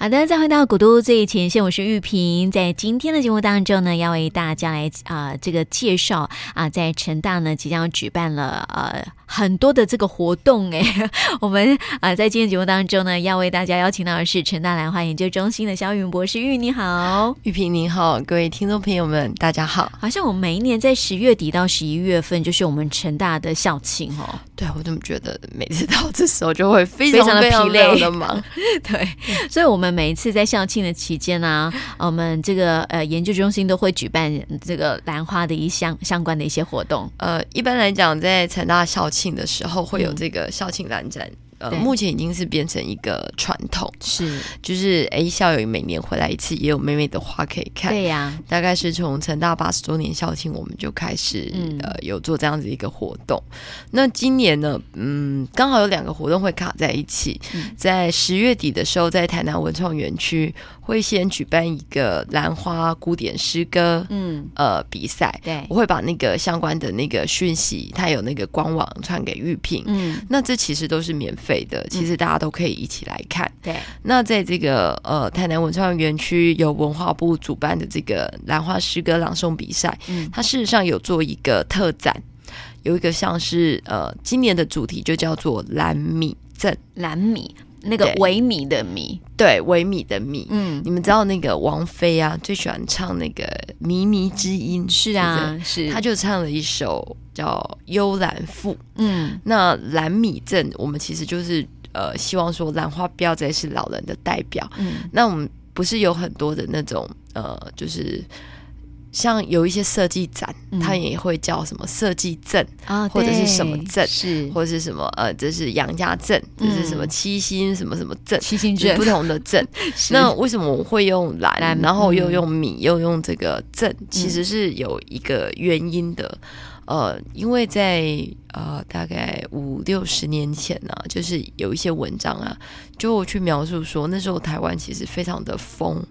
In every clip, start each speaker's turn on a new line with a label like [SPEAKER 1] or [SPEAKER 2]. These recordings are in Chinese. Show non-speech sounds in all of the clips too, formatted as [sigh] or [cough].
[SPEAKER 1] 好的，再回到古都最前线，我是玉萍。在今天的节目当中呢，要为大家来啊、这个介绍啊、在成大呢即将举办了呃很多的这个活动哎， [laughs] 我们啊、在今天节目当中呢，要为大家邀请到的是成大兰花研究中心的肖云博士玉，你好。
[SPEAKER 2] 玉萍您好，各位听众朋友们，大家好。
[SPEAKER 1] 好像我们每一年在十月底到十一月份，就是我们成大的校庆哦。
[SPEAKER 2] 对我怎么觉得每次到这时候就会非
[SPEAKER 1] 非常
[SPEAKER 2] 常
[SPEAKER 1] 地
[SPEAKER 2] 非常
[SPEAKER 1] 疲
[SPEAKER 2] 非常
[SPEAKER 1] 累
[SPEAKER 2] 的忙？
[SPEAKER 1] 对，所以我们每一次在校庆的期间呢、我们这个呃研究中心都会举办这个兰花的一相相关的一些活动。
[SPEAKER 2] [laughs] 呃，一般来讲，在成大校庆的时候会有
[SPEAKER 1] 嗯
[SPEAKER 2] 这个校庆蓝展。呃，
[SPEAKER 1] 对
[SPEAKER 2] 目前已经是变成一个传统，
[SPEAKER 1] 是，
[SPEAKER 2] 就是哎，校友每年回来一次，也有美美的花可以看。
[SPEAKER 1] 对呀、
[SPEAKER 2] 大概是从成大八十周年校庆，我们就开始、
[SPEAKER 1] 嗯
[SPEAKER 2] 呃有做这样子一个活动。那今年呢，嗯，刚好有两个活动会卡在一起，
[SPEAKER 1] 嗯
[SPEAKER 2] 在十月底的时候，在台南文创园区会先举办一个兰花古典诗歌、
[SPEAKER 1] 嗯，
[SPEAKER 2] 呃比赛，
[SPEAKER 1] 对
[SPEAKER 2] 我，会把那个相关的那个讯息，它有那个官网传给玉萍。
[SPEAKER 1] 嗯，
[SPEAKER 2] 那这其实都是免费的，其实大家都可以一起来看。
[SPEAKER 1] 对，
[SPEAKER 2] 那在这个呃台南文创园区由文化部主办的这个兰花诗歌朗诵比赛，
[SPEAKER 1] 嗯，
[SPEAKER 2] 它事实上有做一个特展，有一个像是呃今年的主题就叫做蓝米镇，
[SPEAKER 1] 蓝米那个
[SPEAKER 2] 对
[SPEAKER 1] 维米的米，
[SPEAKER 2] 对，维米的米。
[SPEAKER 1] 嗯，
[SPEAKER 2] 你们知道那个王菲啊，最喜欢唱那个靡靡之音，
[SPEAKER 1] 是
[SPEAKER 2] 对不
[SPEAKER 1] 啊，是，
[SPEAKER 2] 对，她就唱了一首叫《幽兰赋》。
[SPEAKER 1] 嗯，
[SPEAKER 2] 那蓝米镇，我们其实就是呃希望说兰花不要再是老人的代表。
[SPEAKER 1] 嗯，
[SPEAKER 2] 那我们不是有很多的那种呃，就是像有一些设计展，
[SPEAKER 1] 嗯
[SPEAKER 2] 它也会叫什么设计证，
[SPEAKER 1] 啊，
[SPEAKER 2] 或者是
[SPEAKER 1] 对
[SPEAKER 2] 什么镇
[SPEAKER 1] 是
[SPEAKER 2] 或者是什么呃，这是杨家镇，这是什么
[SPEAKER 1] 嗯
[SPEAKER 2] 七星什么什么镇。
[SPEAKER 1] 七星
[SPEAKER 2] 就是
[SPEAKER 1] 镇
[SPEAKER 2] 不，同的镇，
[SPEAKER 1] 是
[SPEAKER 2] 那为什么我会用蓝，
[SPEAKER 1] 蓝
[SPEAKER 2] 然后又
[SPEAKER 1] 嗯
[SPEAKER 2] 用米，又用这个镇，其实是有一个原因的。呃，因为在呃大概五六十年前呢、就是有一些文章啊，就去描述说那时候台湾其实非常的疯，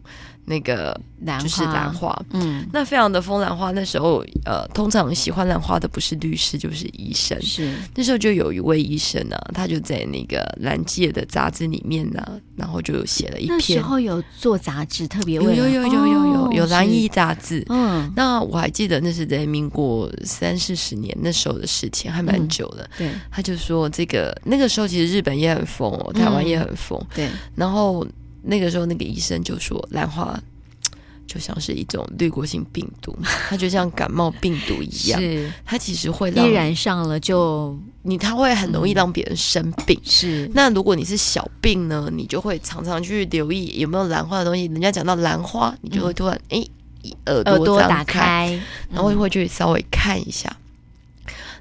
[SPEAKER 2] 那个
[SPEAKER 1] 兰
[SPEAKER 2] 就是兰，花。
[SPEAKER 1] 嗯，
[SPEAKER 2] 那非常的疯兰花，那时候呃，通常喜欢兰花的不是律师就是医生，
[SPEAKER 1] 是，
[SPEAKER 2] 那时候就有一位医生啊，他就在那个《兰界》的杂志里面呢、然后就写了一
[SPEAKER 1] 那时
[SPEAKER 2] 篇，
[SPEAKER 1] 候有做杂志，特别
[SPEAKER 2] 有
[SPEAKER 1] 为
[SPEAKER 2] 有
[SPEAKER 1] 了
[SPEAKER 2] 有有有
[SPEAKER 1] 哦
[SPEAKER 2] 有有《兰
[SPEAKER 1] 是
[SPEAKER 2] 医》杂志。
[SPEAKER 1] 嗯，
[SPEAKER 2] 那我还记得那是在民国三四十年那时候的事情，还蛮
[SPEAKER 1] 嗯
[SPEAKER 2] 久的。
[SPEAKER 1] 对
[SPEAKER 2] 他就说这个那个时候其实日本也很疯哦，台湾
[SPEAKER 1] 嗯
[SPEAKER 2] 也很疯。
[SPEAKER 1] 对，
[SPEAKER 2] 然后那个时候那个医生就说，兰花就像是一种滤过性病毒，它就像感冒病毒一样，
[SPEAKER 1] 是
[SPEAKER 2] 它其实会
[SPEAKER 1] 依
[SPEAKER 2] 让
[SPEAKER 1] 然嗯上了就
[SPEAKER 2] 你，它会很容易让别人生病。
[SPEAKER 1] 是
[SPEAKER 2] 那如果你是小病呢，你就会常常去留意有没有兰花的东西。人家讲到兰花，你就会突然哎、一耳
[SPEAKER 1] 嗯耳朵
[SPEAKER 2] 朵张
[SPEAKER 1] 打开，
[SPEAKER 2] 然后
[SPEAKER 1] 嗯
[SPEAKER 2] 会去稍微看一下。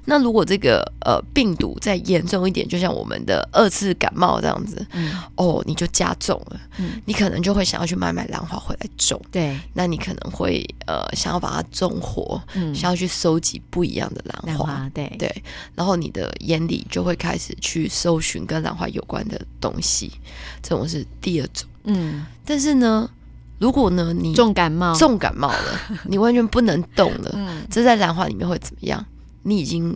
[SPEAKER 2] 那如果这个呃病毒再严重一点，就像我们的二次感冒这样子，
[SPEAKER 1] 嗯
[SPEAKER 2] 哦，你就加重了，
[SPEAKER 1] 嗯
[SPEAKER 2] 你可能就会想要去买买兰花回来种，
[SPEAKER 1] 对，
[SPEAKER 2] 那你可能会呃想要把它种活，
[SPEAKER 1] 嗯，
[SPEAKER 2] 想要去收集不一样的兰
[SPEAKER 1] 兰
[SPEAKER 2] 花，
[SPEAKER 1] 花对
[SPEAKER 2] 对然后你的眼里就会开始去搜寻跟兰花有关的东西，这种是第二种。
[SPEAKER 1] 嗯，
[SPEAKER 2] 但是呢，如果呢你
[SPEAKER 1] 重感冒，
[SPEAKER 2] 嗯重感冒
[SPEAKER 1] [laughs]
[SPEAKER 2] 了，你完全不能动了，
[SPEAKER 1] 嗯
[SPEAKER 2] 这在兰花里面会怎么样？你已经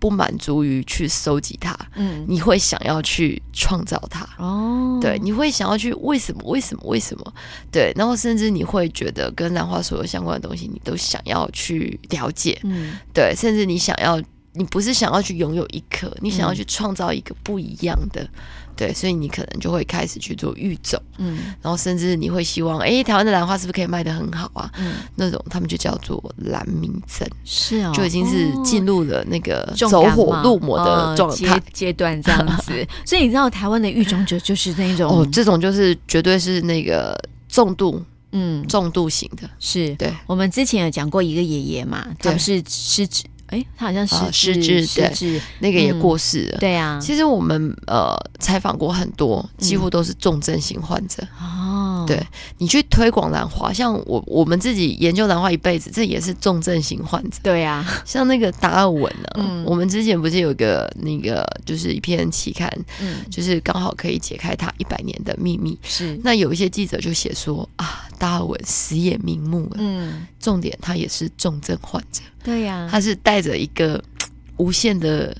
[SPEAKER 2] 不满足于去收集它，
[SPEAKER 1] 嗯
[SPEAKER 2] 你会想要去创造它。
[SPEAKER 1] 哦，
[SPEAKER 2] 对，你会想要去为什么？为什么？为什么？对，然后甚至你会觉得跟兰花所有相关的东西，你都想要去了解。
[SPEAKER 1] 嗯
[SPEAKER 2] 对，甚至你想要，你不是想要去拥有一颗，你想要
[SPEAKER 1] 嗯
[SPEAKER 2] 去创造一个不一样的。对，所以你可能就会开始去做育种，
[SPEAKER 1] 嗯
[SPEAKER 2] 然后甚至你会希望，诶，台湾的兰花是不是可以卖得很好啊？
[SPEAKER 1] 嗯
[SPEAKER 2] 那种他们就叫做兰明症。
[SPEAKER 1] 是哦，
[SPEAKER 2] 就已经是
[SPEAKER 1] 哦
[SPEAKER 2] 进入了那个
[SPEAKER 1] 重
[SPEAKER 2] 走
[SPEAKER 1] 感
[SPEAKER 2] 火
[SPEAKER 1] 冒
[SPEAKER 2] 入魔的
[SPEAKER 1] 哦
[SPEAKER 2] 状
[SPEAKER 1] 阶
[SPEAKER 2] 态。
[SPEAKER 1] 阶段这样
[SPEAKER 2] [laughs]
[SPEAKER 1] 子，所以你知道台湾的育种者就是那种
[SPEAKER 2] 哦，这种就是绝对是那个重度
[SPEAKER 1] 嗯
[SPEAKER 2] 重度型的，
[SPEAKER 1] 是
[SPEAKER 2] 对，
[SPEAKER 1] 我们之前有讲过一个爷爷嘛，他
[SPEAKER 2] 对
[SPEAKER 1] 不是失智，诶，他好像
[SPEAKER 2] 啊
[SPEAKER 1] 失
[SPEAKER 2] 失
[SPEAKER 1] 智
[SPEAKER 2] 智
[SPEAKER 1] 失
[SPEAKER 2] 对
[SPEAKER 1] 智，
[SPEAKER 2] 那个也
[SPEAKER 1] 嗯
[SPEAKER 2] 过世了。
[SPEAKER 1] 对啊，
[SPEAKER 2] 其实我们呃采访过很多，几乎
[SPEAKER 1] 嗯
[SPEAKER 2] 都是重症型患者。
[SPEAKER 1] 哦，
[SPEAKER 2] 对你去推广兰花，像我我们自己研究兰花一辈子，这也是重症型患者。
[SPEAKER 1] 对
[SPEAKER 2] [laughs]
[SPEAKER 1] 啊，
[SPEAKER 2] 像那个达尔文呢、
[SPEAKER 1] 嗯
[SPEAKER 2] 我们之前不是有个那个就是一篇期刊，
[SPEAKER 1] 嗯
[SPEAKER 2] 就是刚好可以解开他一百年的秘密。
[SPEAKER 1] 是，
[SPEAKER 2] 那有一些记者就写说啊，达尔文死也瞑目了。
[SPEAKER 1] 嗯，
[SPEAKER 2] 重点他也是重症患者，
[SPEAKER 1] 对呀、
[SPEAKER 2] 他是带着一个嘖无限的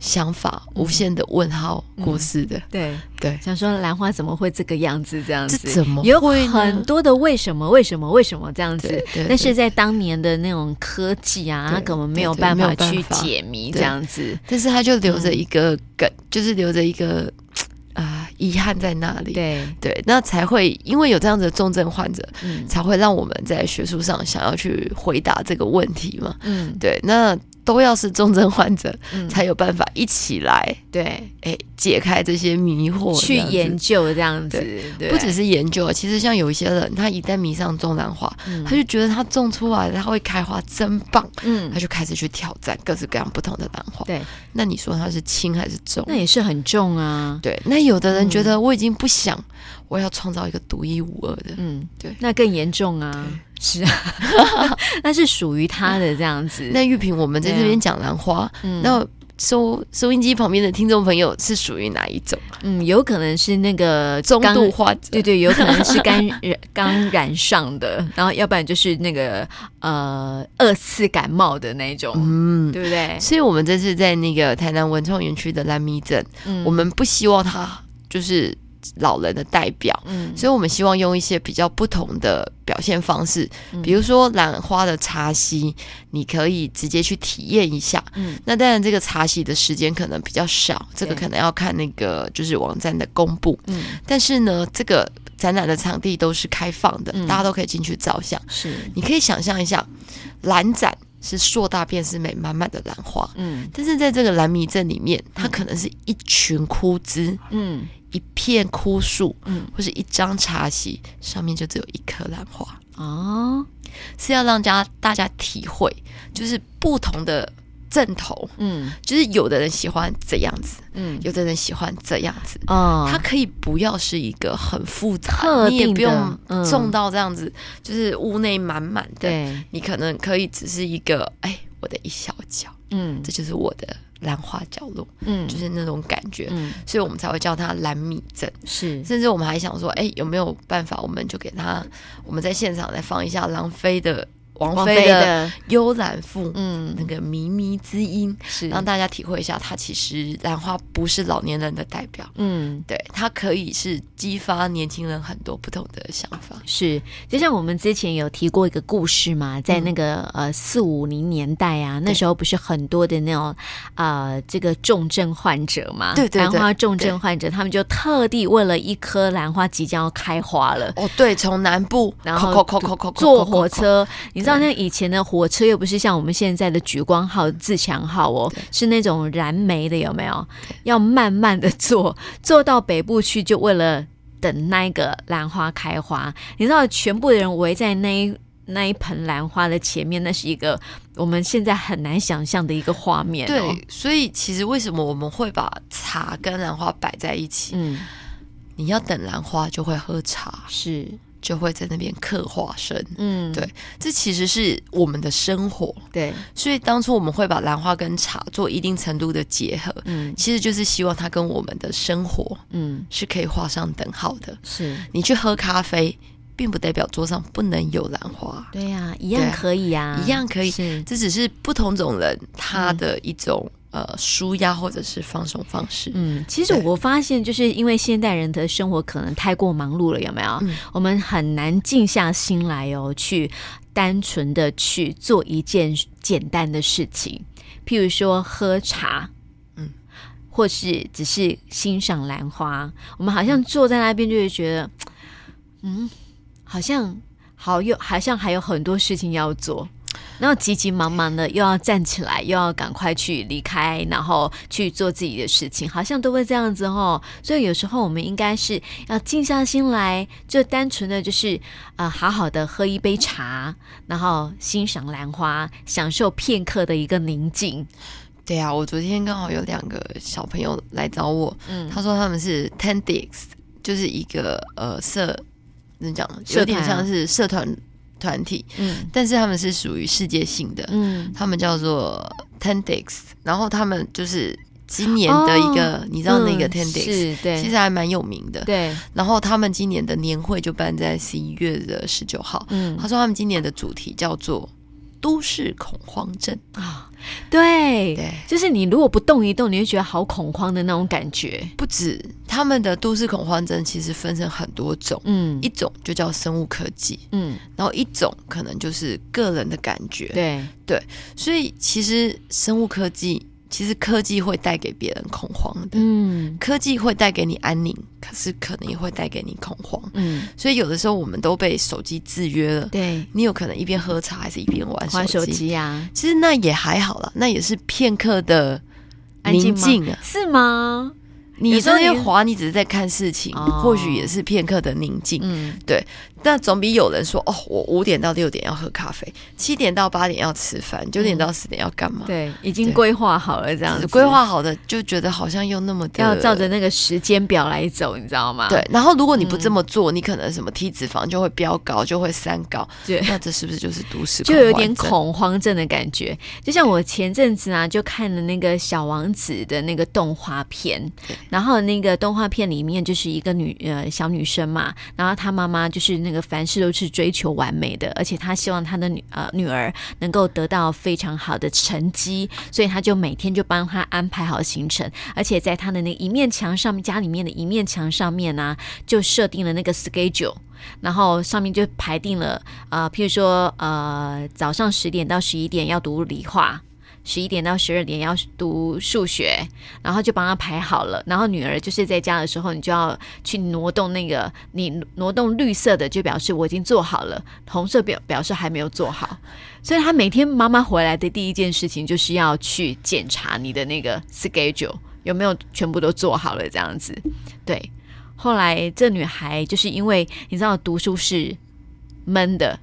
[SPEAKER 2] 想法无限的问号过似的。
[SPEAKER 1] 对，
[SPEAKER 2] 对，
[SPEAKER 1] 想说兰花怎么会这个样子？这样
[SPEAKER 2] 这
[SPEAKER 1] 子
[SPEAKER 2] 怎么
[SPEAKER 1] 有
[SPEAKER 2] 会呢
[SPEAKER 1] 很多的为什么？为什么？为什么这样
[SPEAKER 2] 对
[SPEAKER 1] 子？
[SPEAKER 2] 对
[SPEAKER 1] 但是
[SPEAKER 2] 对
[SPEAKER 1] 在当年的那种科技啊，
[SPEAKER 2] 对
[SPEAKER 1] 它根本没
[SPEAKER 2] 对
[SPEAKER 1] 有
[SPEAKER 2] 对
[SPEAKER 1] 办
[SPEAKER 2] 没有
[SPEAKER 1] 法
[SPEAKER 2] 办
[SPEAKER 1] 去
[SPEAKER 2] 法
[SPEAKER 1] 解谜这
[SPEAKER 2] 对
[SPEAKER 1] 样子。
[SPEAKER 2] 但是他就留
[SPEAKER 1] 嗯
[SPEAKER 2] 着一个梗，就是留着一个啊、遗憾在那里。
[SPEAKER 1] 对，
[SPEAKER 2] 对，那才会因为有这样子的重症患者，
[SPEAKER 1] 嗯
[SPEAKER 2] 才会让我们在学术上想要去回答这个问题嘛。
[SPEAKER 1] 嗯
[SPEAKER 2] 对，那都要是重症患者
[SPEAKER 1] 嗯，
[SPEAKER 2] 才有办法一起来，
[SPEAKER 1] 对，
[SPEAKER 2] 哎，解开这些迷惑，
[SPEAKER 1] 去
[SPEAKER 2] 这样子
[SPEAKER 1] 研。究这样子，对
[SPEAKER 2] 不只是研究啊，其实像有一些人，他一旦迷上种兰花，
[SPEAKER 1] 嗯
[SPEAKER 2] 他就觉得他种出来的他会开花，真棒，
[SPEAKER 1] 嗯
[SPEAKER 2] 他，就开始去挑战各式各样不同的兰花。
[SPEAKER 1] 对，
[SPEAKER 2] 那你说他是轻还是重
[SPEAKER 1] 那？也是很重啊。
[SPEAKER 2] 对，那有的人觉得我已经不想，我要创造一个独一无二的，
[SPEAKER 1] 嗯嗯，
[SPEAKER 2] 对
[SPEAKER 1] 那更严重啊，是啊，
[SPEAKER 2] [laughs]
[SPEAKER 1] 那是属于他的这样子。
[SPEAKER 2] 那玉萍，我们在这
[SPEAKER 1] 对啊
[SPEAKER 2] 边讲兰花，
[SPEAKER 1] 嗯
[SPEAKER 2] 那收收音机旁边的听众朋友是属于哪一种？
[SPEAKER 1] 嗯，有可能是那个
[SPEAKER 2] 中
[SPEAKER 1] 刚
[SPEAKER 2] 度患者
[SPEAKER 1] 对，对，有可能是肝染刚染上的，然后要不然就是那个呃二次感冒的那种，
[SPEAKER 2] 嗯。
[SPEAKER 1] 对不对？
[SPEAKER 2] 所以，我们这次在那个台南文创园区的烂米镇，
[SPEAKER 1] 嗯
[SPEAKER 2] 我们不希望它就是老人的代表，
[SPEAKER 1] 嗯
[SPEAKER 2] 所以我们希望用一些比较不同的表现方式，
[SPEAKER 1] 嗯
[SPEAKER 2] 比如说兰花的茶席，你可以直接去体验一下。
[SPEAKER 1] 嗯
[SPEAKER 2] 那当然，这个茶席的时间可能比较少，这个
[SPEAKER 1] 对
[SPEAKER 2] 可能要看那个就是网站的公布。
[SPEAKER 1] 嗯
[SPEAKER 2] 但是呢，这个展览的场地都是开放的，
[SPEAKER 1] 嗯
[SPEAKER 2] 大家都可以进去照相。
[SPEAKER 1] 是
[SPEAKER 2] 你可以想象一下，蓝展是硕大便是美满满的兰花，
[SPEAKER 1] 嗯
[SPEAKER 2] 但是在这个蓝迷阵里面，它可能是一群枯枝、
[SPEAKER 1] 嗯
[SPEAKER 2] 一片枯树，
[SPEAKER 1] 嗯
[SPEAKER 2] 或是一张茶席，上面就只有一颗兰花，
[SPEAKER 1] 哦
[SPEAKER 2] 是要让家大家体会，就是不同的阵头，
[SPEAKER 1] 嗯
[SPEAKER 2] 就是有的人喜欢这样子，
[SPEAKER 1] 嗯
[SPEAKER 2] 有的人喜欢这样子。
[SPEAKER 1] 哦，
[SPEAKER 2] 它可以不要是一个很复
[SPEAKER 1] 特
[SPEAKER 2] 杂，你
[SPEAKER 1] 定的
[SPEAKER 2] 也不用
[SPEAKER 1] 嗯
[SPEAKER 2] 种到这样子，就是屋内满满的。
[SPEAKER 1] 对
[SPEAKER 2] 你可能可以只是一个，哎，我的一小角，
[SPEAKER 1] 嗯
[SPEAKER 2] 这就是我的兰花角落，
[SPEAKER 1] 嗯
[SPEAKER 2] 就是那种感觉。
[SPEAKER 1] 嗯
[SPEAKER 2] 所以我们才会叫它蓝米镇，
[SPEAKER 1] 是
[SPEAKER 2] 甚至我们还想说，哎，有没有办法，我们就给它，我们在现场来放一下王菲的王菲的《幽兰赋》
[SPEAKER 1] 嗯
[SPEAKER 2] 那个靡靡之音，
[SPEAKER 1] 是
[SPEAKER 2] 让大家体会一下，它其实兰花不是老年人的代表。
[SPEAKER 1] 嗯。
[SPEAKER 2] 对，它可以是激发年轻人很多不同的想法。
[SPEAKER 1] 是，就像我们之前有提过一个故事嘛，在那个、呃四五零年代啊，那
[SPEAKER 2] 嗯对
[SPEAKER 1] 时候不是很多的那种呃这个重症患者嘛，
[SPEAKER 2] 对对
[SPEAKER 1] 兰
[SPEAKER 2] 对
[SPEAKER 1] 花重
[SPEAKER 2] 对
[SPEAKER 1] 症患者，他们就特地为了一颗兰花即将要开花了。
[SPEAKER 2] 哦，对，从南部，
[SPEAKER 1] 然后
[SPEAKER 2] 扣扣扣扣扣扣
[SPEAKER 1] 坐
[SPEAKER 2] 扣
[SPEAKER 1] 火
[SPEAKER 2] 扣，
[SPEAKER 1] 车，你知道那以前的火车又不是像我们现在的莒光号、自强号哦，是那种燃煤的，有没有？要慢慢的坐， [laughs] 坐到北部去，就为了等那一个兰花开花。你知道，全部的人围在那一那一盆兰花的前面，那是一个我们现在很难想象的一个画面、哦。
[SPEAKER 2] 对，所以其实为什么我们会把茶跟兰花摆在一起？
[SPEAKER 1] 嗯，
[SPEAKER 2] 你要等兰花就会喝茶，
[SPEAKER 1] 是，
[SPEAKER 2] 就会在那边刻画生。
[SPEAKER 1] 嗯，
[SPEAKER 2] 对这其实是我们的生活，
[SPEAKER 1] 对，
[SPEAKER 2] 所以当初我们会把兰花跟茶做一定程度的结合，
[SPEAKER 1] 嗯
[SPEAKER 2] 其实就是希望它跟我们的生活
[SPEAKER 1] 嗯，
[SPEAKER 2] 是可以画上等号的。
[SPEAKER 1] 是。
[SPEAKER 2] 你去喝咖啡，并不代表桌上不能有兰花，
[SPEAKER 1] 对呀、一样
[SPEAKER 2] 对啊
[SPEAKER 1] 可以呀、
[SPEAKER 2] 一样可以
[SPEAKER 1] 是，
[SPEAKER 2] 这只是不同种人
[SPEAKER 1] 嗯
[SPEAKER 2] 他的一种、呃舒压或者是放松方式。
[SPEAKER 1] 嗯，其实
[SPEAKER 2] 对
[SPEAKER 1] 我发现，就是因为现代人的生活可能太过忙碌了，有没有？
[SPEAKER 2] 嗯
[SPEAKER 1] 我们很难静下心来哦，去单纯的去做一件简单的事情，譬如说喝茶，嗯
[SPEAKER 2] 嗯，
[SPEAKER 1] 或是只是欣赏兰花。我们好像坐在那边就会觉得，嗯，好像好有，好像还有很多事情要做。然后急急忙忙的又要站起来，又要赶快去离开，然后去做自己的事情，好像都会这样子哦。所以有时候我们应该是要静下心来，就单纯的就是呃，好好的喝一杯茶，然后欣赏兰花，享受片刻的一个宁静。
[SPEAKER 2] 对啊，我昨天刚好有两个小朋友来找我，
[SPEAKER 1] 嗯
[SPEAKER 2] 他说他们是 Tendix，就是一个呃社，怎么讲，
[SPEAKER 1] 社团啊
[SPEAKER 2] 有点像是社团团体，
[SPEAKER 1] 嗯
[SPEAKER 2] 但是他们是属于世界性的，
[SPEAKER 1] 嗯，
[SPEAKER 2] 他们叫做 Tendix，然后他们就是今年的一个，你
[SPEAKER 1] 你
[SPEAKER 2] 知道那个 Tendix，、
[SPEAKER 1] 哦嗯是
[SPEAKER 2] 其
[SPEAKER 1] 对，
[SPEAKER 2] 实还蛮有名的。
[SPEAKER 1] 对，
[SPEAKER 2] 然后他们今年的年会就办在十一月的十九号，
[SPEAKER 1] 嗯
[SPEAKER 2] 他说他们今年的主题叫做都市恐慌症
[SPEAKER 1] 啊、对，
[SPEAKER 2] 对
[SPEAKER 1] 就是你如果不动一动，你会觉得好恐慌的那种感觉。
[SPEAKER 2] 不止他们的都市恐慌症其实分成很多种，
[SPEAKER 1] 嗯
[SPEAKER 2] 一种就叫生物科技，
[SPEAKER 1] 嗯，
[SPEAKER 2] 然后一种可能就是个人的感觉。
[SPEAKER 1] 对，
[SPEAKER 2] 所以其实生物科技，其实科技会带给别人恐慌的，
[SPEAKER 1] 嗯
[SPEAKER 2] 科技会带给你安宁，可是可能也会带给你恐慌。
[SPEAKER 1] 嗯，
[SPEAKER 2] 所以有的时候我们都被手机制约了， [laughs]
[SPEAKER 1] 对，
[SPEAKER 2] 你有可能一边喝茶还是一边玩
[SPEAKER 1] 玩手
[SPEAKER 2] 手机。
[SPEAKER 1] 机啊呀，
[SPEAKER 2] 其实那也还好啦，那也是片刻的宁静啊。
[SPEAKER 1] 是吗？有
[SPEAKER 2] 你
[SPEAKER 1] 时候
[SPEAKER 2] 这
[SPEAKER 1] 你
[SPEAKER 2] 些滑，你只是在看事情，
[SPEAKER 1] 哦
[SPEAKER 2] 或许也是片刻的宁静。
[SPEAKER 1] 嗯，
[SPEAKER 2] 但总比有人说哦，我五点到六点要喝咖啡，七点到八点要吃饭，九点
[SPEAKER 1] 嗯
[SPEAKER 2] 到十点要干嘛？
[SPEAKER 1] 对，已经
[SPEAKER 2] 对
[SPEAKER 1] 规划好了这样子，
[SPEAKER 2] 规划好的就觉得好像又那么的
[SPEAKER 1] 要照着啊那个时间表来走，你知道吗？
[SPEAKER 2] 对，然后如果你不
[SPEAKER 1] 嗯
[SPEAKER 2] 这么做，你可能什么体脂肪就会飙高，就会三高，
[SPEAKER 1] [laughs] 对。
[SPEAKER 2] 那这是不是就是都市
[SPEAKER 1] 就
[SPEAKER 2] 狂
[SPEAKER 1] 有
[SPEAKER 2] 欢
[SPEAKER 1] 点
[SPEAKER 2] 症？
[SPEAKER 1] 恐慌症的感觉，就像我前阵子啊，就看了那个《小王子》的那个动画片
[SPEAKER 2] 对，
[SPEAKER 1] 然后那个动画片里面就是一个女呃小女生嘛，然后她妈妈就是那个凡事都是追求完美的，而且她希望她的女呃女儿能够得到非常好的成绩，所以她就每天就帮她安排好行程，而且在她的那一面墙上面，家里面的一面墙上面呢、就设定了那个 schedule。然后上面就排定了，呃，譬如说，呃，早上十点到十一点要读理化，十一点到十二点要读数学，然后就帮他排好了。然后女儿就是在家的时候，你就要去挪动那个，你挪动绿色的就表示我已经做好了，红色表表示还没有做好。所以她每天妈妈回来的第一件事情就是要去检查你的那个 schedule 有没有全部都做好了，这样子，对。后来这女孩就是因为你知道读书是闷的。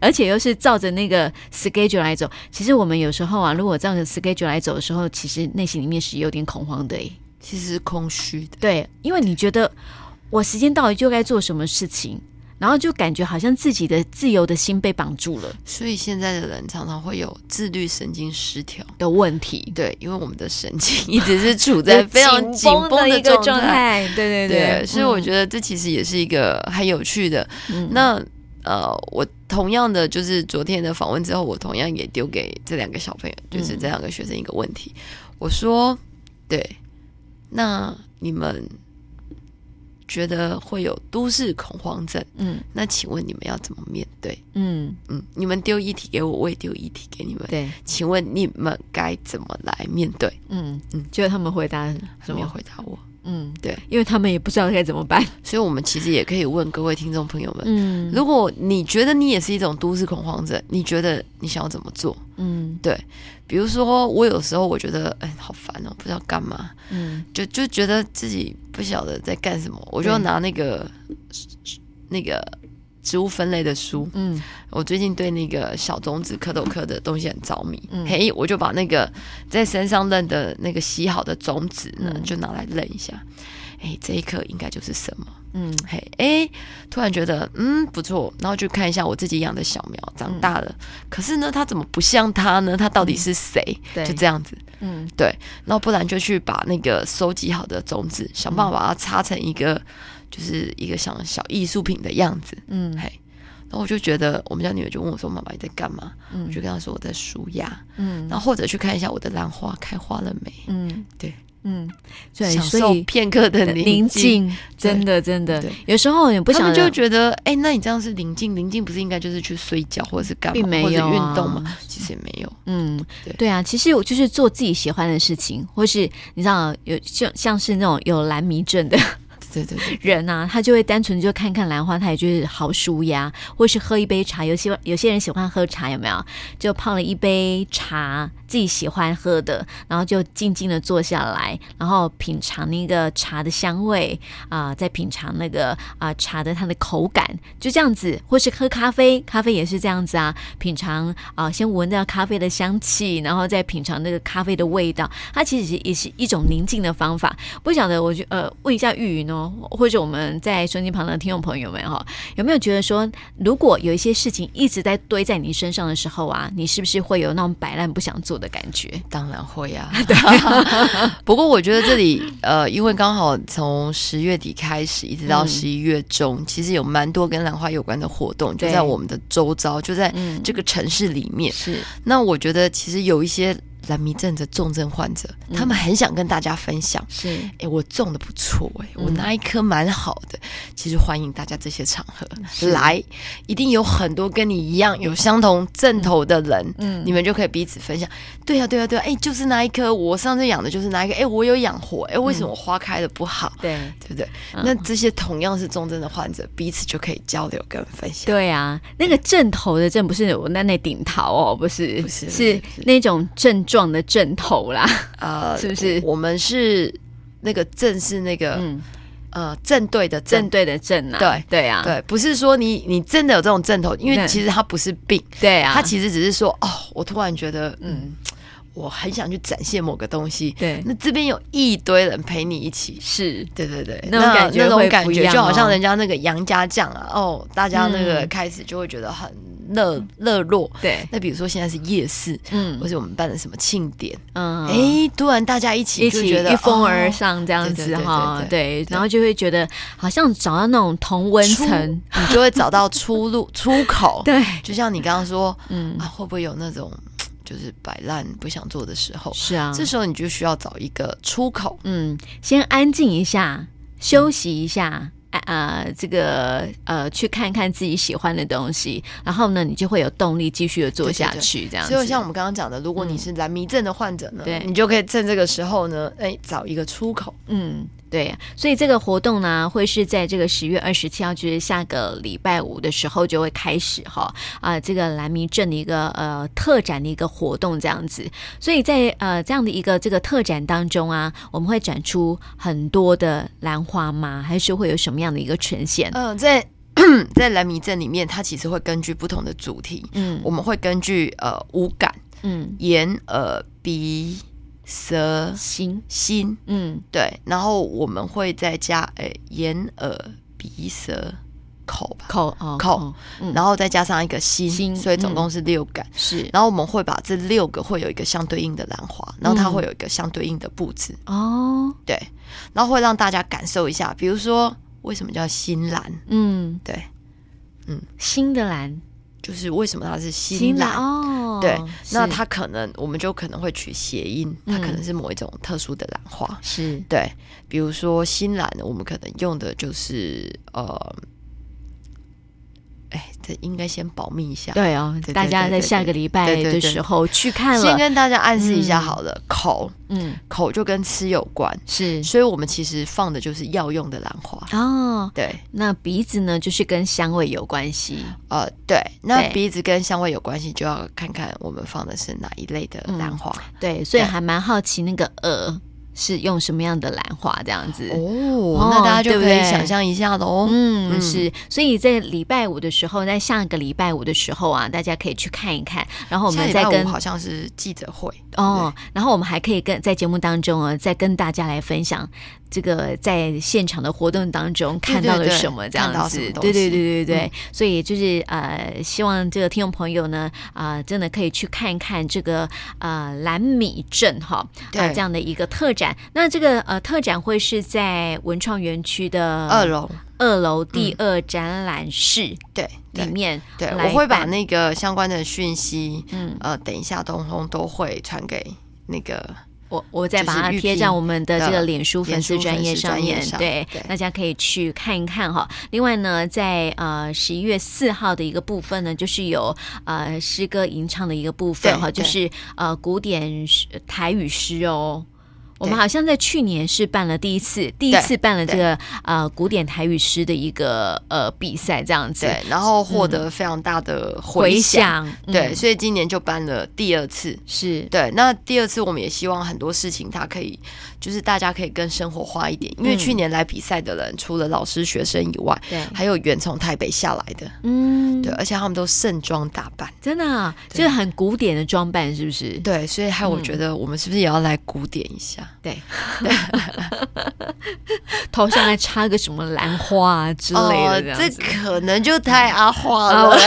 [SPEAKER 1] 而且又是照着那个 schedule 来走。其实我们有时候啊，如果照着 schedule 来走的时候，其实内心里面是有点恐慌的耶。欸
[SPEAKER 2] 其实是空虚的，
[SPEAKER 1] 对，因为你觉得我时间到了就该做什么事情，然后就感觉好像自己的自由的心被绑住了
[SPEAKER 2] 所以现在的人常常会有自律神经失调。
[SPEAKER 1] 的问题，
[SPEAKER 2] 对，因为我们的神
[SPEAKER 1] [laughs]
[SPEAKER 2] 经一直是处在非常紧绷
[SPEAKER 1] 的
[SPEAKER 2] 的
[SPEAKER 1] 一个
[SPEAKER 2] 状
[SPEAKER 1] 态。
[SPEAKER 2] 态。
[SPEAKER 1] 对对嗯
[SPEAKER 2] 对，所以我
[SPEAKER 1] 得
[SPEAKER 2] 觉得这其实也是一个很有趣的。
[SPEAKER 1] 嗯
[SPEAKER 2] 那呃，我同样的就是昨天的访问之后，我同样也丢给这两个小朋友，就是这两个学生一个问题。我说，对，那你们觉得会有都市恐慌症？
[SPEAKER 1] 嗯
[SPEAKER 2] 那请问你们要怎么面对？
[SPEAKER 1] 嗯，
[SPEAKER 2] 嗯，你们丢议题给我，我也丢议题给你们。
[SPEAKER 1] 对，
[SPEAKER 2] 请问你们该怎么来面对？
[SPEAKER 1] 嗯嗯
[SPEAKER 2] 嗯，
[SPEAKER 1] 就他们回答
[SPEAKER 2] 还
[SPEAKER 1] 什
[SPEAKER 2] 没有
[SPEAKER 1] 么？
[SPEAKER 2] 回答我，
[SPEAKER 1] 嗯，
[SPEAKER 2] 对，
[SPEAKER 1] 因为他们也不知道该怎么办。
[SPEAKER 2] 所以我们其实也可以问各位听众朋友们：
[SPEAKER 1] 嗯
[SPEAKER 2] 如果你觉得你也是一种都市恐慌症，你觉得你想要怎么做？
[SPEAKER 1] 嗯
[SPEAKER 2] 比如说，我有时候我觉得，哎，好烦哦，不知道干嘛，
[SPEAKER 1] 嗯
[SPEAKER 2] 就就觉得自己不晓得在干什么，我就
[SPEAKER 1] 对
[SPEAKER 2] 拿那个那个植物分类的书，
[SPEAKER 1] 嗯
[SPEAKER 2] 我最近对那个小种子蝌蚪科的东西很着迷，
[SPEAKER 1] 嗯
[SPEAKER 2] 嘿，我就把那个在身上认的那个洗好的种子呢，
[SPEAKER 1] 嗯
[SPEAKER 2] 就拿来认一下，哎，这一颗应该就是什么？
[SPEAKER 1] 嗯
[SPEAKER 2] 嘿，哎，突然觉得嗯不错，然后去看一下我自己养的小苗长大了，
[SPEAKER 1] 嗯
[SPEAKER 2] 可是呢，它怎么不像它呢？它到底是谁？
[SPEAKER 1] 对
[SPEAKER 2] 就这样子，
[SPEAKER 1] 嗯
[SPEAKER 2] 然后不然就去把那个收集好的种子，想办法把它插成一个，就是一个像小艺术品的样子。
[SPEAKER 1] 嗯
[SPEAKER 2] 嘿，然后我就觉得，我们家女儿就问我说：“妈妈你在干嘛？”我就
[SPEAKER 1] 嗯
[SPEAKER 2] 跟她说我在舒压，
[SPEAKER 1] 嗯
[SPEAKER 2] 然后或者去看一下我的兰花开花了没，
[SPEAKER 1] 嗯，
[SPEAKER 2] 对
[SPEAKER 1] 嗯，对，
[SPEAKER 2] 享
[SPEAKER 1] 所
[SPEAKER 2] 受
[SPEAKER 1] 以
[SPEAKER 2] 片刻的
[SPEAKER 1] 宁
[SPEAKER 2] 静。
[SPEAKER 1] 静真的真的
[SPEAKER 2] 对，
[SPEAKER 1] 有时候也不
[SPEAKER 2] 他
[SPEAKER 1] 想
[SPEAKER 2] 们就觉得，哎、那你这样是宁静，宁静不是应该就是去睡觉或者是干
[SPEAKER 1] 并
[SPEAKER 2] 嘛，
[SPEAKER 1] 没
[SPEAKER 2] 或者
[SPEAKER 1] 有啊
[SPEAKER 2] 运动吗？其实也没有，
[SPEAKER 1] 嗯，
[SPEAKER 2] 对
[SPEAKER 1] 对啊，其实我就是做自己喜欢的事情，或是你知道有像像是那种有蓝迷症的
[SPEAKER 2] 对对对，
[SPEAKER 1] 人啊，他就会单纯就看看兰花，他也就是好舒压，或是喝一杯茶。有些有些人喜欢喝茶，有没有？就泡了一杯茶，自己喜欢喝的，然后就静静的坐下来，然后品尝那个茶的香味啊、再品尝那个啊、茶的它的口感，就这样子，或是喝咖啡，咖啡也是这样子啊，品尝啊、先闻到咖啡的香气，然后再品尝那个咖啡的味道，它其实也是一种宁静的方法。不晓得，我就呃问一下玉云哦，哦，或者我们在收音机旁的听众朋友们哈、有没有觉得说，如果有一些事情一直在堆在你身上的时候啊，你是不是会有那种摆烂不想做的感觉？
[SPEAKER 2] 当然会 [laughs] 呀、不过我觉得这里呃，因为刚好从十月底开始一直到
[SPEAKER 1] 嗯
[SPEAKER 2] 十一月中，其实有蛮多跟兰花有关的活动，就
[SPEAKER 1] 对
[SPEAKER 2] 在我们的周遭，就在
[SPEAKER 1] 嗯
[SPEAKER 2] 这个城市里面。
[SPEAKER 1] 是，
[SPEAKER 2] 那我觉得其实有一些蓝迷症的重症患者，
[SPEAKER 1] 嗯
[SPEAKER 2] 他们很想跟大家分享。
[SPEAKER 1] 是
[SPEAKER 2] 哎、我种的不错哎、我
[SPEAKER 1] 嗯
[SPEAKER 2] 那一颗蛮好的。其实欢迎大家这些场合
[SPEAKER 1] 是
[SPEAKER 2] 来，一定有很多跟你一样有相同症头的人，
[SPEAKER 1] 嗯
[SPEAKER 2] 你们就可以彼此分享。对呀、对呀、对呀、哎、就是那一颗，我上次养的就是那一颗，哎、我有养活，哎、为什么我花开的不好？
[SPEAKER 1] 嗯对。
[SPEAKER 2] 对不对？
[SPEAKER 1] 嗯
[SPEAKER 2] 那这些同样是重症的患者，彼此就可以交流跟分享。
[SPEAKER 1] 对啊，那个正头的正不是我那那顶桃哦，不是，
[SPEAKER 2] 不是
[SPEAKER 1] 是
[SPEAKER 2] 不是不是
[SPEAKER 1] 那种症状的正头啦。
[SPEAKER 2] 呃
[SPEAKER 1] 是不是
[SPEAKER 2] 我们是那个正是那个、
[SPEAKER 1] 嗯，
[SPEAKER 2] 呃正对的
[SPEAKER 1] 正
[SPEAKER 2] 正。
[SPEAKER 1] 对的正啊，
[SPEAKER 2] 对
[SPEAKER 1] 对啊，
[SPEAKER 2] 对，不是说你你真的有这种症头，因
[SPEAKER 1] 对
[SPEAKER 2] 为其实它不是病，
[SPEAKER 1] 对啊，
[SPEAKER 2] 他其实只是说，哦，我突然觉得，嗯
[SPEAKER 1] 嗯，
[SPEAKER 2] 我很想去展现某个东西。
[SPEAKER 1] 对
[SPEAKER 2] 那这边有一堆人陪你一起，
[SPEAKER 1] 是
[SPEAKER 2] 对对对，
[SPEAKER 1] 那种感觉
[SPEAKER 2] 那
[SPEAKER 1] 会
[SPEAKER 2] 种
[SPEAKER 1] 不
[SPEAKER 2] 感
[SPEAKER 1] 一
[SPEAKER 2] 觉
[SPEAKER 1] 样
[SPEAKER 2] 就好
[SPEAKER 1] 哦
[SPEAKER 2] 像人家那个杨家将啊，哦，大家那个
[SPEAKER 1] 嗯
[SPEAKER 2] 开始就会觉得很热热络。
[SPEAKER 1] 对，
[SPEAKER 2] 那比如说现在是夜市，
[SPEAKER 1] 嗯
[SPEAKER 2] 或者我们办了什么庆典，
[SPEAKER 1] 嗯，
[SPEAKER 2] 哎，突然大家一起
[SPEAKER 1] 一
[SPEAKER 2] 就
[SPEAKER 1] 起
[SPEAKER 2] 觉得
[SPEAKER 1] 一蜂而
[SPEAKER 2] 哦
[SPEAKER 1] 上这样
[SPEAKER 2] 对对
[SPEAKER 1] 子
[SPEAKER 2] 对对
[SPEAKER 1] 哈，
[SPEAKER 2] 对
[SPEAKER 1] 对，然后就会觉得好像找到那种同温
[SPEAKER 2] 出
[SPEAKER 1] 层，
[SPEAKER 2] 你就会找到
[SPEAKER 1] [laughs]
[SPEAKER 2] 出路出口。 [laughs]
[SPEAKER 1] 对，
[SPEAKER 2] 就像你刚刚说
[SPEAKER 1] 嗯
[SPEAKER 2] 啊，，会不会有那种就是摆烂不想做的时候？
[SPEAKER 1] 是啊，
[SPEAKER 2] 这时候你就需要找一个出口，
[SPEAKER 1] 嗯，先安静一下，休息一下。啊呃，这个呃，去看看自己喜欢的东西，然后呢，你就会有动力继续的做
[SPEAKER 2] 对对
[SPEAKER 1] 下
[SPEAKER 2] 对
[SPEAKER 1] 去，这样子。
[SPEAKER 2] 所以像我们刚刚讲的，如果你是蓝迷症的患者呢，
[SPEAKER 1] 嗯对
[SPEAKER 2] 你就可以趁这个时候呢，哎，找一个出口。
[SPEAKER 1] 嗯，对，所以这个活动呢，会是在这个十月二十七号，就是下个礼拜五的时候就会开始哈啊、这个蓝迷镇的一个呃特展的一个活动这样子。所以在呃这样的一个这个特展当中啊，我们会展出很多的兰花吗？还是会有什么样的一个呈现？
[SPEAKER 2] 嗯、在 [clears throat] 在蓝迷症里面，它其实会根据不同的主题，
[SPEAKER 1] 嗯
[SPEAKER 2] 我们会根据呃五感：
[SPEAKER 1] 嗯，
[SPEAKER 2] 眼、耳、鼻、舌、
[SPEAKER 1] 行，
[SPEAKER 2] 心，
[SPEAKER 1] 嗯
[SPEAKER 2] 对，然后我们会再加哎眼、耳、鼻、舌、口吧，
[SPEAKER 1] 口哦
[SPEAKER 2] 口
[SPEAKER 1] 嗯
[SPEAKER 2] 然后再加上一个心，
[SPEAKER 1] 心嗯
[SPEAKER 2] 所以总共是六感。
[SPEAKER 1] 是
[SPEAKER 2] 然后我们会把这六个会有一个相对应的兰花，
[SPEAKER 1] 嗯
[SPEAKER 2] 然后它会有一个相对应的布置，
[SPEAKER 1] 哦
[SPEAKER 2] 对，然后会让大家感受一下，比如说为什么叫新兰，
[SPEAKER 1] 嗯
[SPEAKER 2] 对，
[SPEAKER 1] 新的兰
[SPEAKER 2] 就是为什么它是新兰，
[SPEAKER 1] 哦
[SPEAKER 2] 对，那
[SPEAKER 1] 是嗯
[SPEAKER 2] 它可能我们就可能会取谐音，它可能是某一种特殊的兰花，
[SPEAKER 1] 是
[SPEAKER 2] 对，比如说新兰，我们可能用的就是呃，哎，这应该先保密一下，
[SPEAKER 1] 对哦，
[SPEAKER 2] 对对
[SPEAKER 1] 大家
[SPEAKER 2] 对
[SPEAKER 1] 在
[SPEAKER 2] 对
[SPEAKER 1] 下个礼拜
[SPEAKER 2] 对对
[SPEAKER 1] 的
[SPEAKER 2] 对
[SPEAKER 1] 时候去看
[SPEAKER 2] 先
[SPEAKER 1] 了，
[SPEAKER 2] 跟大家暗示一下
[SPEAKER 1] 嗯
[SPEAKER 2] 好了，口
[SPEAKER 1] 嗯，
[SPEAKER 2] 口就跟吃有关，
[SPEAKER 1] 是
[SPEAKER 2] 所以我们其实放的就是药用的兰花，
[SPEAKER 1] 哦。
[SPEAKER 2] 对。
[SPEAKER 1] 那鼻子呢，就是跟香味有关系，
[SPEAKER 2] 呃，对，那
[SPEAKER 1] 对
[SPEAKER 2] 鼻子跟香味有关系，就要看看我们放的是哪一类的兰花、
[SPEAKER 1] 对，所以
[SPEAKER 2] 对
[SPEAKER 1] 还蛮好奇那个耳是用什么样的兰花这样子。
[SPEAKER 2] 哦。那大家
[SPEAKER 1] 对
[SPEAKER 2] 就
[SPEAKER 1] 不
[SPEAKER 2] 可以
[SPEAKER 1] 对
[SPEAKER 2] 想象一下喽。
[SPEAKER 1] 嗯，
[SPEAKER 2] 嗯
[SPEAKER 1] 是，所以在礼拜五的时候，在下个礼拜五的时候啊，大家可以去看一看，然后我
[SPEAKER 2] 嗯下
[SPEAKER 1] 们
[SPEAKER 2] 礼
[SPEAKER 1] 再
[SPEAKER 2] 拜五
[SPEAKER 1] 跟
[SPEAKER 2] 好像是记者会，
[SPEAKER 1] 哦，然后我们还可以跟在节目当中啊，再跟大家来分享这个在现场的活动当中看到了
[SPEAKER 2] 对对
[SPEAKER 1] 什么这样
[SPEAKER 2] 看到
[SPEAKER 1] 子
[SPEAKER 2] 什么，东
[SPEAKER 1] 对对
[SPEAKER 2] 西嗯
[SPEAKER 1] 对对对，所以就是呃，希望这个听众朋友呢啊、真的可以去看一看这个呃蓝米镇哈
[SPEAKER 2] 对
[SPEAKER 1] 啊这样的一个特展。那这个呃特展会是在文创园区的
[SPEAKER 2] 二楼。
[SPEAKER 1] 二楼第二展览室
[SPEAKER 2] 对
[SPEAKER 1] 里
[SPEAKER 2] 对
[SPEAKER 1] 面
[SPEAKER 2] 对，
[SPEAKER 1] 来
[SPEAKER 2] 我会把
[SPEAKER 1] 办
[SPEAKER 2] 那个相关的讯息，
[SPEAKER 1] 嗯
[SPEAKER 2] 呃，等一下通通都会传给那个
[SPEAKER 1] 我我再
[SPEAKER 2] 就是
[SPEAKER 1] 把它
[SPEAKER 2] 玉
[SPEAKER 1] 贴
[SPEAKER 2] 屏
[SPEAKER 1] 在我们的这个
[SPEAKER 2] 的
[SPEAKER 1] 脸书粉
[SPEAKER 2] 脸
[SPEAKER 1] 丝
[SPEAKER 2] 书
[SPEAKER 1] 专
[SPEAKER 2] 粉
[SPEAKER 1] 业
[SPEAKER 2] 丝
[SPEAKER 1] 上
[SPEAKER 2] 专业
[SPEAKER 1] 面，
[SPEAKER 2] 上
[SPEAKER 1] 对，
[SPEAKER 2] 对
[SPEAKER 1] 大家可以去看一看哈。另外呢，在呃十一月四号的一个部分呢，就是有呃诗歌吟唱的一个部分
[SPEAKER 2] 对
[SPEAKER 1] 哈，就
[SPEAKER 2] 对
[SPEAKER 1] 是呃古典诗台语诗哦。我们
[SPEAKER 2] 对
[SPEAKER 1] 好像在去年是办了第一次，第一
[SPEAKER 2] 对
[SPEAKER 1] 次办了这
[SPEAKER 2] 对
[SPEAKER 1] 个呃古典台语诗的一个呃比赛这样子，
[SPEAKER 2] 对，然后获得非常大的
[SPEAKER 1] 嗯回
[SPEAKER 2] 响。
[SPEAKER 1] 响
[SPEAKER 2] 对，
[SPEAKER 1] 嗯
[SPEAKER 2] 所以今年就办了第二次。
[SPEAKER 1] 是
[SPEAKER 2] 对，那第二次我们也希望很多事情它可以，就是大家可以更生活化一点，因为
[SPEAKER 1] 嗯
[SPEAKER 2] 去年来比赛的人，除了老师、学生以外，
[SPEAKER 1] 对，
[SPEAKER 2] 还有远从台北下来的，
[SPEAKER 1] 嗯
[SPEAKER 2] 对，，而且他们都盛装打扮，
[SPEAKER 1] 真的啊
[SPEAKER 2] 对
[SPEAKER 1] 就是很古典的装扮，是不是？嗯
[SPEAKER 2] 对，所以害我觉得我们是不是也要来古典一下？下。
[SPEAKER 1] 对， [laughs] 头上还插个什么兰花啊之类的这
[SPEAKER 2] 哦这
[SPEAKER 1] 样子。啊
[SPEAKER 2] 可能就太阿花了，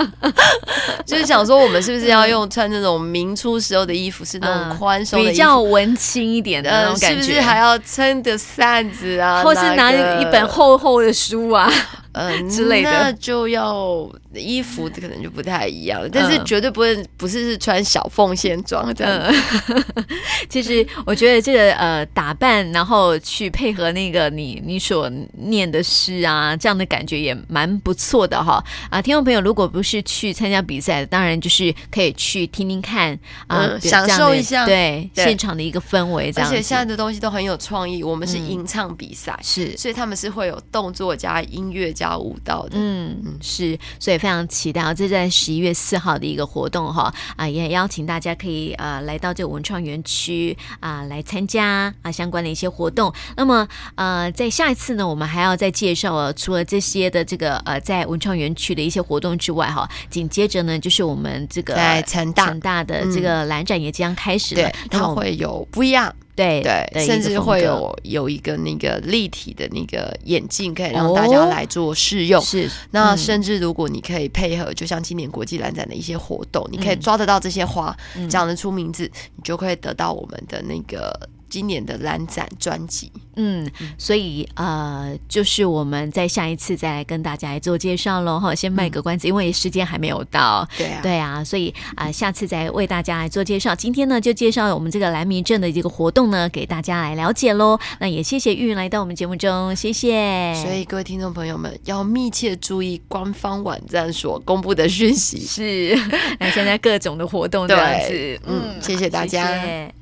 [SPEAKER 2] [laughs] 就是想说我们是不是要用穿那种明初时候的衣服，是那
[SPEAKER 1] 嗯
[SPEAKER 2] 种宽松的衣服，
[SPEAKER 1] 比较文青一点的那
[SPEAKER 2] 呃，
[SPEAKER 1] 种感
[SPEAKER 2] 是
[SPEAKER 1] 觉，
[SPEAKER 2] 不是还要撑着扇子啊，
[SPEAKER 1] 或是拿
[SPEAKER 2] 个
[SPEAKER 1] 一本厚厚的书啊？
[SPEAKER 2] 呃
[SPEAKER 1] 之类的
[SPEAKER 2] 那就要衣服可能就不太一样，但是
[SPEAKER 1] 嗯
[SPEAKER 2] 绝对不会不是是穿小凤仙装这样。
[SPEAKER 1] [laughs] 其实我觉得这个呃打扮，然后去配合那个你你所念的诗啊，这样的感觉也蛮不错的哈。啊，听众朋友，如果不是去参加比赛，当然就是可以去听听看啊，
[SPEAKER 2] 嗯
[SPEAKER 1] 这样的
[SPEAKER 2] 享受一下
[SPEAKER 1] 对
[SPEAKER 2] 对
[SPEAKER 1] 现场的一个氛围，这
[SPEAKER 2] 而
[SPEAKER 1] 样子
[SPEAKER 2] 且现在的东西都很有创意，我们是吟唱比赛，
[SPEAKER 1] 是。
[SPEAKER 2] 所以他们是会有动作加音乐加舞蹈的。
[SPEAKER 1] 嗯，是，所以非常期待哦，这在十一月四号的一个活动哈、啊，也邀请大家可以呃来到这个文创园区啊、来参加啊相关的一些活动。那么呃，在下一次呢，我们还要再介绍呃，除了这些的这个呃在文创园区的一些活动之外哈、紧接着呢就是我们这个
[SPEAKER 2] 在成大嗯
[SPEAKER 1] 成大的这个蓝展也即将开始了
[SPEAKER 2] 对，，它
[SPEAKER 1] 那我们
[SPEAKER 2] 会有不一样，
[SPEAKER 1] 对
[SPEAKER 2] 对，
[SPEAKER 1] 的一
[SPEAKER 2] 甚
[SPEAKER 1] 个
[SPEAKER 2] 至
[SPEAKER 1] 风
[SPEAKER 2] 会
[SPEAKER 1] 格
[SPEAKER 2] 有有一个那个立体的那个眼镜，可以让
[SPEAKER 1] 哦
[SPEAKER 2] 大家来做试用。
[SPEAKER 1] 是
[SPEAKER 2] 那
[SPEAKER 1] 嗯
[SPEAKER 2] 甚至如果你可以配合，就像今年国际蓝展的一些活动，你可以抓得到这些花，讲得出名字，你就可以得到我们的那个今年的蓝展专辑。
[SPEAKER 1] 嗯，所以呃，就是我们在下一次再来跟大家来做介绍喽哈，先卖个关子，因为时间还没有到。
[SPEAKER 2] 嗯对啊，
[SPEAKER 1] 对啊，所以啊、呃下次再为大家来做介绍。今天呢，就介绍我们这个蓝迷镇的这个活动呢，给大家来了解喽。那也谢谢玉云来到我们节目中，谢谢。[laughs]
[SPEAKER 2] 所以各位听众朋友们要密切注意官方网站所公布的讯息。
[SPEAKER 1] 是来参加各种的活动这样子
[SPEAKER 2] 对。嗯谢谢大家
[SPEAKER 1] 谢谢